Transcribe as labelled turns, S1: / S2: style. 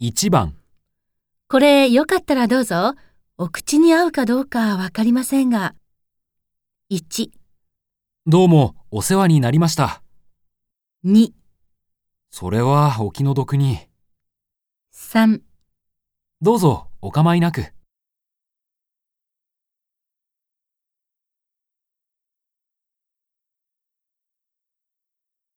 S1: 1番、
S2: これよかったらどうぞ。お口に合うかどうかわかりませんが。1、
S1: どうもお世話になりました。
S2: 2、
S1: それはお気の毒に。
S2: 3
S1: どうぞお構いなく。